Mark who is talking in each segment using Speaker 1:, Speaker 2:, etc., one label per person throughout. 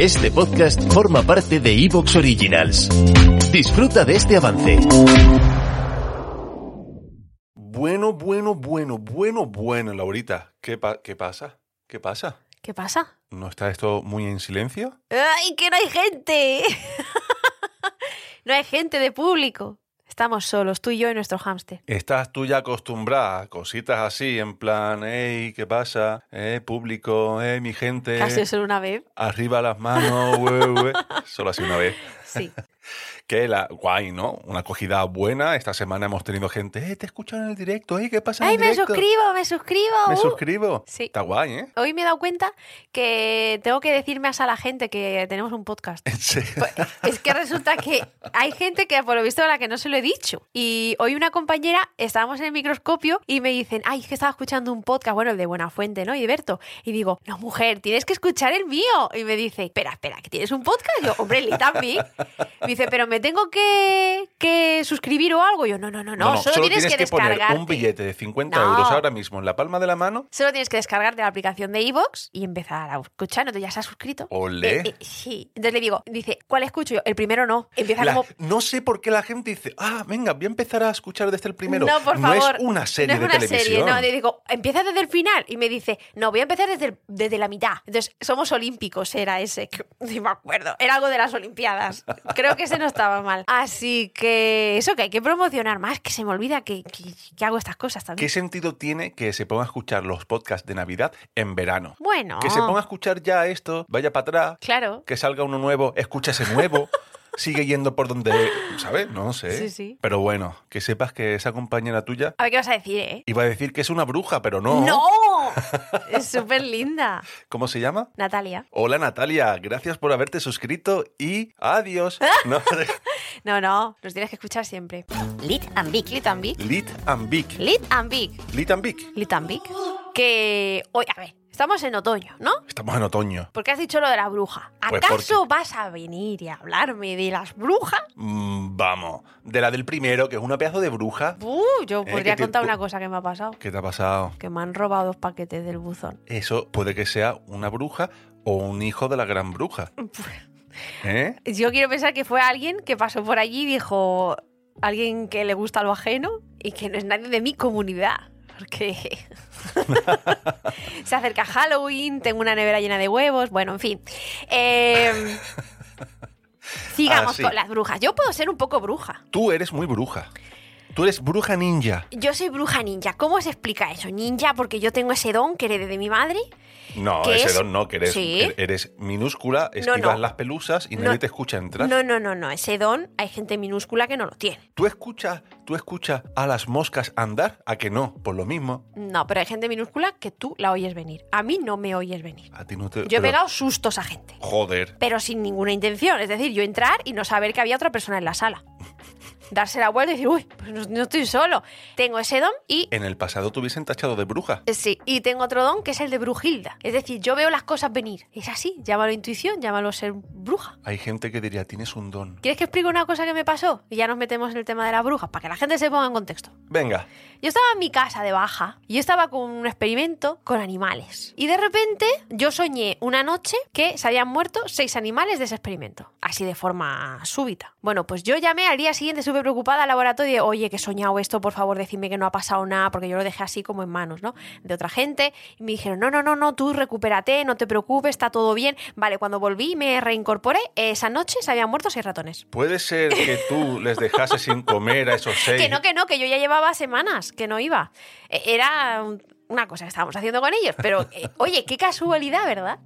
Speaker 1: Este podcast forma parte de Evox Originals. Disfruta de este avance.
Speaker 2: Bueno, bueno, bueno, bueno, bueno, Laurita. ¿Qué, pa- qué pasa? ¿Qué pasa?
Speaker 3: ¿Qué pasa?
Speaker 2: ¿No está esto muy en silencio?
Speaker 3: ¡Ay, que no hay gente! no hay gente de público. Estamos solos, tú y yo y nuestro hámster.
Speaker 2: ¿Estás tú ya acostumbrada a cositas así, en plan, hey, ¿qué pasa? Eh, público, eh, mi gente.
Speaker 3: ¿Casi solo una vez?
Speaker 2: Arriba las manos, güey, güey. Solo así una vez.
Speaker 3: Sí.
Speaker 2: Que la guay, ¿no? Una acogida buena. Esta semana hemos tenido gente, eh, te escucharon en el directo, eh, ¿qué pasa en
Speaker 3: ¡Ay,
Speaker 2: el
Speaker 3: me
Speaker 2: directo?
Speaker 3: suscribo, me suscribo!
Speaker 2: Me
Speaker 3: uh!
Speaker 2: suscribo.
Speaker 3: Sí.
Speaker 2: Está guay, ¿eh?
Speaker 3: Hoy me he dado cuenta que tengo que decirme a la gente que tenemos un podcast.
Speaker 2: En serio.
Speaker 3: Es que resulta que hay gente que por lo visto a la que no se lo he dicho. Y hoy una compañera, estábamos en el microscopio y me dicen, ay, es que estaba escuchando un podcast, bueno, el de Buena Fuente, ¿no? Y de Berto. Y digo, no, mujer, tienes que escuchar el mío. Y me dice, espera, espera, que tienes un podcast. Yo, hombre, Lee también. Me dice, pero me tengo que, que suscribir o algo. Yo, no, no, no, no, solo, tienes, que, descargar.
Speaker 2: poner un billete de 50
Speaker 3: No.
Speaker 2: euros ahora mismo en la palma de la mano.
Speaker 3: Solo tienes que descargarte la aplicación de iVoox y empezar a escuchar. No te ya se has suscrito.
Speaker 2: Olé.
Speaker 3: Eh, eh, sí. Entonces le digo, dice, ¿cuál escucho yo? El primero no. Empieza
Speaker 2: La-
Speaker 3: como
Speaker 2: no sé por qué la gente dice, ah, venga, voy a empezar a escuchar desde el primero.
Speaker 3: No, por favor.
Speaker 2: es una serie
Speaker 3: No es una
Speaker 2: de
Speaker 3: serie,
Speaker 2: televisión.
Speaker 3: no, le digo, empieza desde el final. Y me dice, no, voy a empezar desde, el- desde la mitad. Entonces, somos olímpicos, era ese. que Ni me acuerdo. Era algo de las Olimpiadas. Creo que ese no estaba mal. Así que eso que hay que promocionar más, que se me olvida que, que- que hago estas cosas
Speaker 2: ¿Qué
Speaker 3: también.
Speaker 2: sentido tiene que se ponga a escuchar los podcasts de Navidad en verano?
Speaker 3: Bueno.
Speaker 2: Que se ponga a escuchar ya esto, vaya para atrás,
Speaker 3: Claro.
Speaker 2: que salga uno nuevo, escucha ese nuevo, sigue yendo por donde, ¿sabes? No sé.
Speaker 3: Sí, sí.
Speaker 2: Pero bueno, que sepas que esa compañera tuya
Speaker 3: A ver qué vas a decir, ¿eh?
Speaker 2: iba a decir que es una bruja, pero no.
Speaker 3: ¡No! es súper linda.
Speaker 2: ¿Cómo se llama?
Speaker 3: Natalia.
Speaker 2: Hola Natalia, gracias por haberte suscrito y adiós. No,
Speaker 3: No, no, los tienes que escuchar siempre.
Speaker 4: Lit and Big.
Speaker 3: Lit and Big.
Speaker 2: Lit and Vic.
Speaker 3: Lit and Big.
Speaker 2: Lit and Vic.
Speaker 3: Litambic, que hoy, a ver, estamos en otoño, ¿no?
Speaker 2: Estamos en otoño.
Speaker 3: Porque has dicho lo de la bruja.
Speaker 2: Pues
Speaker 3: ¿Acaso vas a venir y hablarme de las brujas?
Speaker 2: Mm, vamos, de la del primero, que es una pedazo de bruja.
Speaker 3: Uh, yo
Speaker 2: Eh, que
Speaker 3: podría
Speaker 2: te-
Speaker 3: contar
Speaker 2: pu-
Speaker 3: una cosa que me ha pasado.
Speaker 2: ¿Qué te ha pasado?
Speaker 3: Que me han robado dos paquetes del buzón.
Speaker 2: Eso puede que sea una bruja o un hijo de la gran bruja. ¿Eh?
Speaker 3: Yo quiero pensar que fue alguien que pasó por allí y dijo, alguien que le gusta lo ajeno y que no es nadie de mi comunidad. Porque se acerca Halloween, tengo una nevera llena de huevos, bueno, en fin. Eh, sigamos
Speaker 2: Ah, sí.
Speaker 3: con las brujas. Yo puedo ser un poco bruja.
Speaker 2: Tú eres muy bruja. Tú eres bruja ninja.
Speaker 3: Yo soy bruja ninja. ¿Cómo se explica eso? Ninja porque yo tengo ese don que heredé de mi madre.
Speaker 2: No,
Speaker 3: ¿Qué
Speaker 2: ese
Speaker 3: es?
Speaker 2: don no, que eres, er,
Speaker 3: Sí.
Speaker 2: eres minúscula,
Speaker 3: No,
Speaker 2: esquivas
Speaker 3: no.
Speaker 2: las pelusas y
Speaker 3: No.
Speaker 2: nadie te escucha entrar.
Speaker 3: No, no, no, no. Ese don hay gente minúscula que no lo tiene.
Speaker 2: ¿Tú escuchas, ¿Tú escuchas a las moscas andar? ¿A que no? Por lo mismo.
Speaker 3: No, pero hay gente minúscula que tú la oyes venir. A mí no me oyes venir.
Speaker 2: A ti no te.
Speaker 3: Yo he
Speaker 2: pero-
Speaker 3: pegado sustos a gente.
Speaker 2: Joder.
Speaker 3: Pero sin ninguna intención. Es decir, yo entrar y no saber que había otra persona en la sala. Darse la vuelta y decir, uy, pues no, no estoy solo. Tengo ese don y
Speaker 2: En el pasado te hubiesen tachado de bruja.
Speaker 3: Eh, Sí, y tengo otro don que es el de brujilda. Es decir, yo veo las cosas venir. Es así, llámalo intuición, llámalo ser bruja.
Speaker 2: Hay gente que diría, tienes un don.
Speaker 3: ¿Quieres que explique una cosa que me pasó? Y ya nos metemos en el tema de las brujas, para que la gente se ponga en contexto.
Speaker 2: Venga.
Speaker 3: Yo estaba en mi casa de baja y yo estaba con un experimento con animales. Y de repente yo soñé una noche que se habían muerto seis animales de ese experimento, así de forma súbita. Bueno, pues yo llamé al día siguiente súper preocupada al laboratorio y oye, que he soñado esto, por favor, decime que no ha pasado nada, porque yo lo dejé así como en manos, ¿no? De otra gente. Y me dijeron, no, no, no, no, tú recupérate, no te preocupes, está todo bien. Vale, cuando volví y me reincorporé, esa noche se habían muerto seis ratones.
Speaker 2: Puede ser que tú les dejases sin comer a esos seis.
Speaker 3: Que no, que no, que yo ya llevaba semanas que no iba. Eh, Era un- una cosa que estábamos haciendo con ellos, pero eh, oye, qué casualidad, ¿verdad?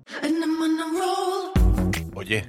Speaker 2: Oye,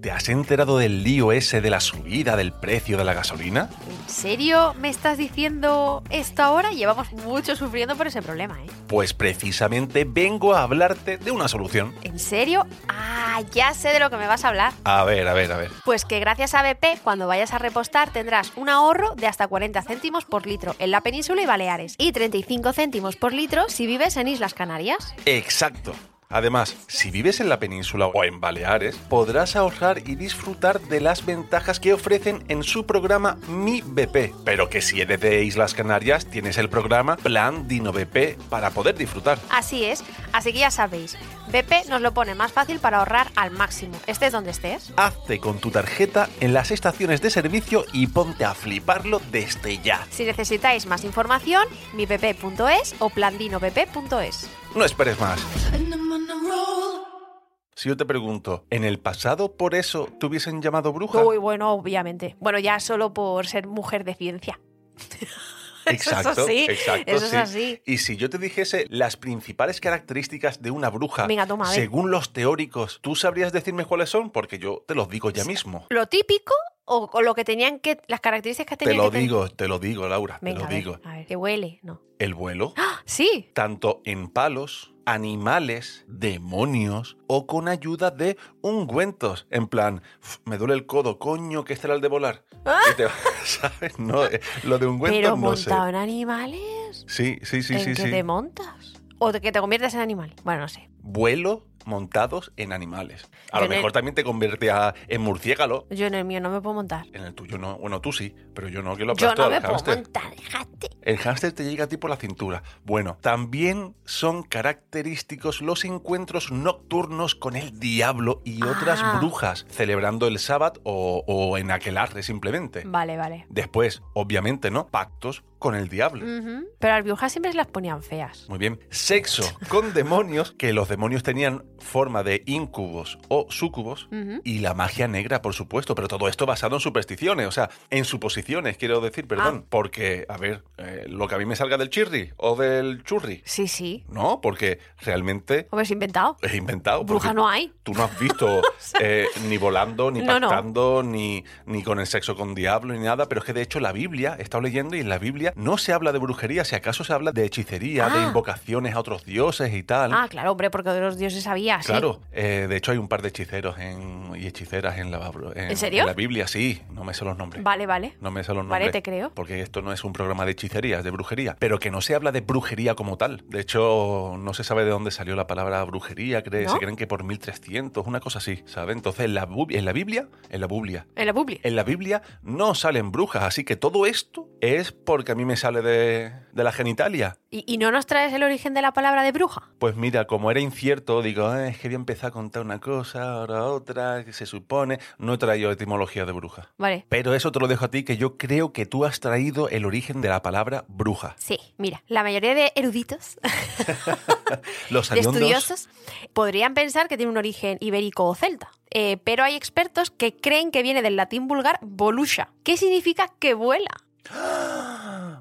Speaker 2: ¿te has enterado del lío ese de la subida del precio de la gasolina?
Speaker 3: ¿En serio me estás diciendo esto ahora? Llevamos mucho sufriendo por ese problema, ¿eh?
Speaker 2: Pues precisamente vengo a hablarte de una solución.
Speaker 3: ¿En serio? Ah, ya sé de lo que me vas a hablar.
Speaker 2: A ver, a ver, a ver.
Speaker 3: Pues que gracias a BP, cuando vayas a repostar, tendrás un ahorro de hasta 40 céntimos por litro en la península y Baleares y 35 céntimos por litro si vives en Islas Canarias.
Speaker 2: Exacto. Además, si vives en la península o en Baleares, podrás ahorrar y disfrutar de las ventajas que ofrecen en su programa Mi BP. Pero que si eres de Islas Canarias, tienes el programa Plan Dino BP para poder disfrutar.
Speaker 3: Así es, así que ya sabéis, BP nos lo pone más fácil para ahorrar al máximo, estés donde estés.
Speaker 2: Hazte con tu tarjeta en las estaciones de servicio y ponte a fliparlo desde ya.
Speaker 3: Si necesitáis más información, mipp.es o plandinopp.es.
Speaker 2: No esperes más. Si yo te pregunto, ¿en el pasado por eso te hubiesen llamado bruja?
Speaker 3: Uy, bueno, obviamente. Bueno, ya solo por ser mujer de ciencia.
Speaker 2: exacto,
Speaker 3: eso sí,
Speaker 2: exacto.
Speaker 3: eso es
Speaker 2: sí.
Speaker 3: así.
Speaker 2: Y si yo te dijese las principales características de una bruja,
Speaker 3: Venga, toma, a ver.
Speaker 2: según los teóricos, ¿tú sabrías decirme cuáles son? Porque yo te los digo ya mismo.
Speaker 3: ¿Lo típico o, o lo que tenían que. las características que
Speaker 2: Te
Speaker 3: tenían
Speaker 2: lo
Speaker 3: que tener?
Speaker 2: digo, te lo digo, Laura,
Speaker 3: Venga,
Speaker 2: te
Speaker 3: a
Speaker 2: lo
Speaker 3: ver,
Speaker 2: digo.
Speaker 3: a ver, que huele, no.
Speaker 2: El vuelo,
Speaker 3: ¡Ah! Sí,
Speaker 2: tanto en palos, animales, demonios o con ayuda de ungüentos. En plan, "Uf, me duele el codo, coño, que este era el de volar. Y te- ¿Sabes? No, eh, lo de ungüentos
Speaker 3: Ah. pero
Speaker 2: no sé.
Speaker 3: montado en animales.
Speaker 2: Sí, sí, sí,
Speaker 3: ¿En
Speaker 2: sí.
Speaker 3: que
Speaker 2: sí.
Speaker 3: te montas? ¿O de que te conviertes en animal? Bueno, no sé.
Speaker 2: Vuelo montados en animales. A
Speaker 3: Yo
Speaker 2: lo
Speaker 3: en el-
Speaker 2: mejor también te convertías en murciélago.
Speaker 3: Yo en el mío no me puedo montar.
Speaker 2: En el tuyo no. Bueno, tú sí, pero yo no, que lo
Speaker 3: Yo
Speaker 2: aplastó
Speaker 3: no
Speaker 2: al
Speaker 3: me puedo
Speaker 2: hámster.
Speaker 3: montar, déjate.
Speaker 2: El hámster te llega a ti por la cintura. Bueno, también son característicos los encuentros nocturnos con el diablo y otras
Speaker 3: Ah.
Speaker 2: brujas, celebrando el sábado o, o en aquelarre simplemente.
Speaker 3: Vale, vale.
Speaker 2: Después, obviamente, ¿no? Pactos con el diablo.
Speaker 3: Ujú. Pero a las brujas siempre se las ponían feas.
Speaker 2: Muy bien. Sexo con demonios, que los demonios tenían forma de incubos o sucubos.
Speaker 3: Ujú.
Speaker 2: Y la magia negra, por supuesto, pero todo esto basado en supersticiones, o sea, en suposiciones, quiero decir,
Speaker 3: Ah.
Speaker 2: perdón. Porque, a ver, eh, lo que a mí me salga del chirri o del churri.
Speaker 3: Sí, sí.
Speaker 2: No, porque realmente
Speaker 3: Hombre, es inventado.
Speaker 2: es inventado. porque
Speaker 3: Bruja no hay.
Speaker 2: Tú no has visto eh, ni volando, ni
Speaker 3: No, no.
Speaker 2: pactando, ni, ni con el sexo con diablo, ni nada. Pero es que de hecho la Biblia, he estado leyendo y en la Biblia no se habla de brujería, si acaso se habla de hechicería, de
Speaker 3: Ah.
Speaker 2: invocaciones a otros dioses y tal.
Speaker 3: Ah, claro, hombre, porque de los dioses sabía, sí.
Speaker 2: Claro, eh, de hecho hay un par de hechiceros en- y hechiceras en la, en,
Speaker 3: ¿En serio?
Speaker 2: en la Biblia, sí, no me sé los nombres.
Speaker 3: Vale, vale.
Speaker 2: No me sé los
Speaker 3: Vale,
Speaker 2: nombres.
Speaker 3: te creo.
Speaker 2: Porque esto no es un programa de hechicerías, de brujería. Pero que no se habla de brujería como tal. De hecho, no se sabe de dónde salió la palabra brujería. cree-
Speaker 3: ¿No?
Speaker 2: Se creen que por 1300, una cosa así, ¿sabes? Entonces, en la, bu- en la Biblia, en la Biblia,
Speaker 3: En la publi.
Speaker 2: en la Biblia no salen brujas. Así que todo esto es porque a mí me sale de, de la genitalia.
Speaker 3: ¿Y, y no nos traes el origen de la palabra de bruja?
Speaker 2: Pues mira, como era incierto, digo, "Eh, es que voy a empezar a contar una cosa, ahora otra, que se supone. No he traído etimología de bruja.
Speaker 3: Vale.
Speaker 2: Pero eso te lo dejo a ti, que yo creo que tú has traído el origen de la palabra bruja.
Speaker 3: Sí, mira, la mayoría de eruditos,
Speaker 2: Los
Speaker 3: de
Speaker 2: hediondos
Speaker 3: estudiosos, podrían pensar que tiene un origen ibérico o celta. Eh, pero hay expertos que creen que viene del latín vulgar volusia, que significa que vuela.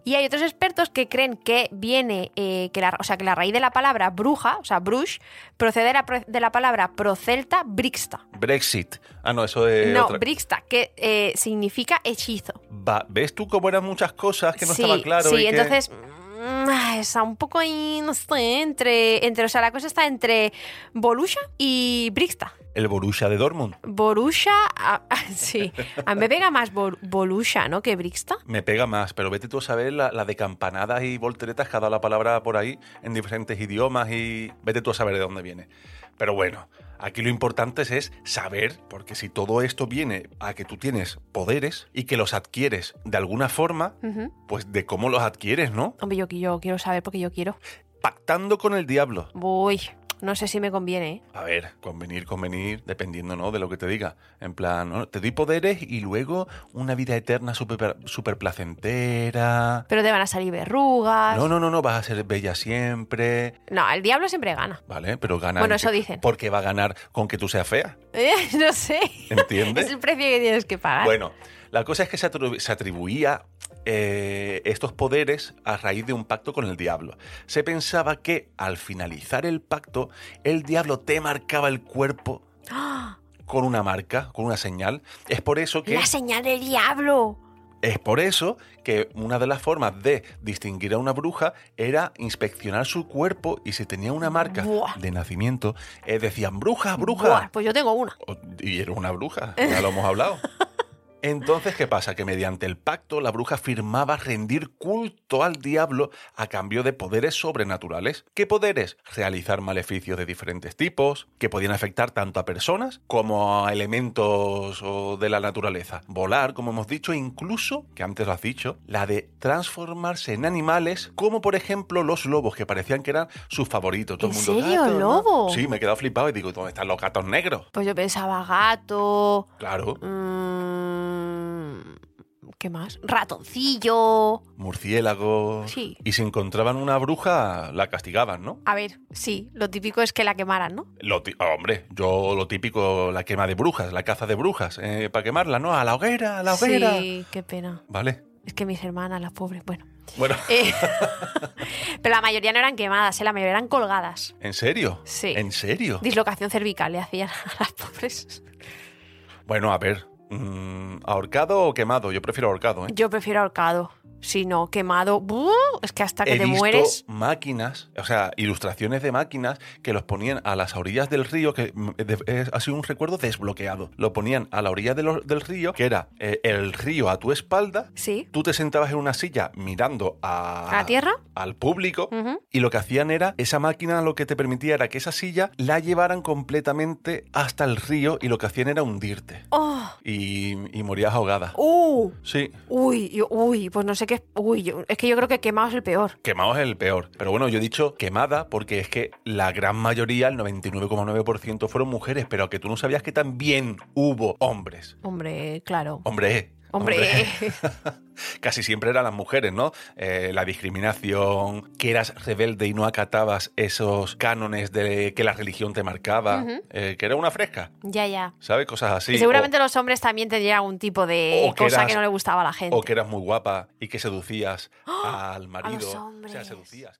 Speaker 3: Y hay otros expertos que creen que viene, eh, que la, o sea, que la raíz de la palabra bruja, o sea, brush, procede de la, pro- de la palabra procelta brixta.
Speaker 2: Brexit. Ah, no, eso es
Speaker 3: no,
Speaker 2: otra.
Speaker 3: brixta, que eh, significa hechizo.
Speaker 2: Va, ¿Ves tú cómo eran muchas cosas que no
Speaker 3: sí,
Speaker 2: estaba claro?
Speaker 3: Sí,
Speaker 2: y que-
Speaker 3: entonces mm, ay, está un poco ahí, no sé, entre, entre, o sea, la cosa está entre Borussia y Brixta.
Speaker 2: El Borussia de Dortmund.
Speaker 3: Borussia, a- a- sí, a mí me pega más Bor- Borussia, ¿no? Que Brixta.
Speaker 2: Me pega más, pero vete tú a saber la, la de campanadas y volteretas que ha dado la palabra por ahí en diferentes idiomas y vete tú a saber de dónde viene. Pero bueno, aquí lo importante es- es saber, porque si todo esto viene a que tú tienes poderes y que los adquieres de alguna forma,
Speaker 3: Ujú.
Speaker 2: pues de cómo los adquieres, ¿no?
Speaker 3: Hombre, yo, yo quiero saber porque yo quiero.
Speaker 2: Pactando con el diablo.
Speaker 3: Uy, no sé si me conviene, ¿eh?
Speaker 2: A ver, convenir, convenir, dependiendo ¿no? de lo que te diga. En plan, ¿no? te doy poderes y luego una vida eterna súper super placentera.
Speaker 3: Pero te van a salir verrugas.
Speaker 2: No, no, no, no, vas a ser bella siempre.
Speaker 3: No, el diablo siempre gana.
Speaker 2: ¿Vale? Pero gana.
Speaker 3: Bueno, eso dicen.
Speaker 2: Porque va a ganar con que tú seas fea.
Speaker 3: Eh, No sé.
Speaker 2: ¿Entiendes?
Speaker 3: Es el precio que tienes que pagar.
Speaker 2: Bueno, la cosa es que se, atru- se atribuía eh, estos poderes a raíz de un pacto con el diablo. Se pensaba que al finalizar el pacto, el diablo te marcaba el cuerpo
Speaker 3: ¡Ah!
Speaker 2: con una marca, con una señal. Es por eso que
Speaker 3: La señal del diablo.
Speaker 2: es por eso que una de las formas de distinguir a una bruja era inspeccionar su cuerpo y si tenía una marca
Speaker 3: Buah.
Speaker 2: de nacimiento eh, decían bruja,
Speaker 3: Buah,
Speaker 2: bruja.
Speaker 3: pues yo tengo una.
Speaker 2: O- Y era una bruja, ya lo hemos hablado. Entonces, ¿qué pasa? Que mediante el pacto la bruja firmaba rendir culto al diablo a cambio de poderes sobrenaturales. ¿Qué poderes? Realizar maleficios de diferentes tipos, que podían afectar tanto a personas como a elementos o de la naturaleza. Volar, como hemos dicho, e incluso, que antes lo has dicho, la de transformarse en animales, como por ejemplo los lobos, que parecían que eran sus favoritos. Todo
Speaker 3: ¿En
Speaker 2: el mundo,
Speaker 3: serio,
Speaker 2: "Gato, ¿no?".
Speaker 3: lobo?
Speaker 2: Sí, me he quedado flipado y digo, ¿dónde están los gatos negros?
Speaker 3: Pues yo pensaba gato.
Speaker 2: Claro,
Speaker 3: mm, ¿Qué más? Ratoncillo.
Speaker 2: murciélagos.
Speaker 3: Sí.
Speaker 2: Y si encontraban una bruja, la castigaban, ¿no?
Speaker 3: A ver, sí, lo típico es que la quemaran, ¿no?
Speaker 2: Lo ti- hombre, yo lo típico, la quema de brujas, la caza de brujas, para quemarla, ¿no? A la hoguera, a la hoguera.
Speaker 3: Sí, qué pena.
Speaker 2: Vale.
Speaker 3: Es que mis hermanas, las pobres, bueno.
Speaker 2: Bueno,
Speaker 3: Eh, pero la mayoría no eran quemadas, ¿eh? la mayoría eran colgadas.
Speaker 2: ¿en serio?
Speaker 3: Sí.
Speaker 2: ¿En serio?
Speaker 3: Dislocación cervical le hacían a las pobres.
Speaker 2: Bueno, a ver. mm, ¿Ahorcado o quemado? Yo prefiero ahorcado, ¿eh?
Speaker 3: Yo prefiero ahorcado. Si no, quemado. ¡buh! Es que hasta que
Speaker 2: He
Speaker 3: te
Speaker 2: visto
Speaker 3: mueres.
Speaker 2: máquinas, o sea, ilustraciones de máquinas que los ponían a las orillas del río, que mm, de- es- ha sido un recuerdo desbloqueado. Lo ponían a la orilla de lo- del río, que era eh, el río a tu espalda.
Speaker 3: Sí.
Speaker 2: Tú te sentabas en una silla mirando a,
Speaker 3: ¿A la tierra?
Speaker 2: al público
Speaker 3: Ujú.
Speaker 2: y lo que hacían era, esa máquina lo que te permitía era que esa silla la llevaran completamente hasta el río y lo que hacían era hundirte
Speaker 3: ¡Oh!
Speaker 2: y, y morías ahogada.
Speaker 3: ¡Uh!
Speaker 2: Sí,
Speaker 3: Uy, yo- uy, pues no sé qué. es- Uy, yo- es que yo creo que quemado es el peor.
Speaker 2: quemado es el peor. Pero bueno, yo he dicho quemada porque es que la gran mayoría, el 99,9% fueron mujeres, pero que tú no sabías que también hubo hombres.
Speaker 3: Hombre, claro.
Speaker 2: Hombre, eh.
Speaker 3: Hombre.
Speaker 2: Casi siempre eran las mujeres, ¿no? Eh, la discriminación, que eras rebelde y no acatabas esos cánones de que la religión te marcaba,
Speaker 3: Ujú.
Speaker 2: eh, que era una fresca.
Speaker 3: ya, ya.
Speaker 2: ¿Sabes? Cosas así.
Speaker 3: Y seguramente los hombres también tendrían algún tipo de
Speaker 2: o que
Speaker 3: cosa que
Speaker 2: eras-
Speaker 3: no le gustaba a la gente. ¡Ah!
Speaker 2: O, o que eras muy guapa y que seducías al marido.
Speaker 3: los
Speaker 2: O sea,
Speaker 3: hombres.
Speaker 2: seducías.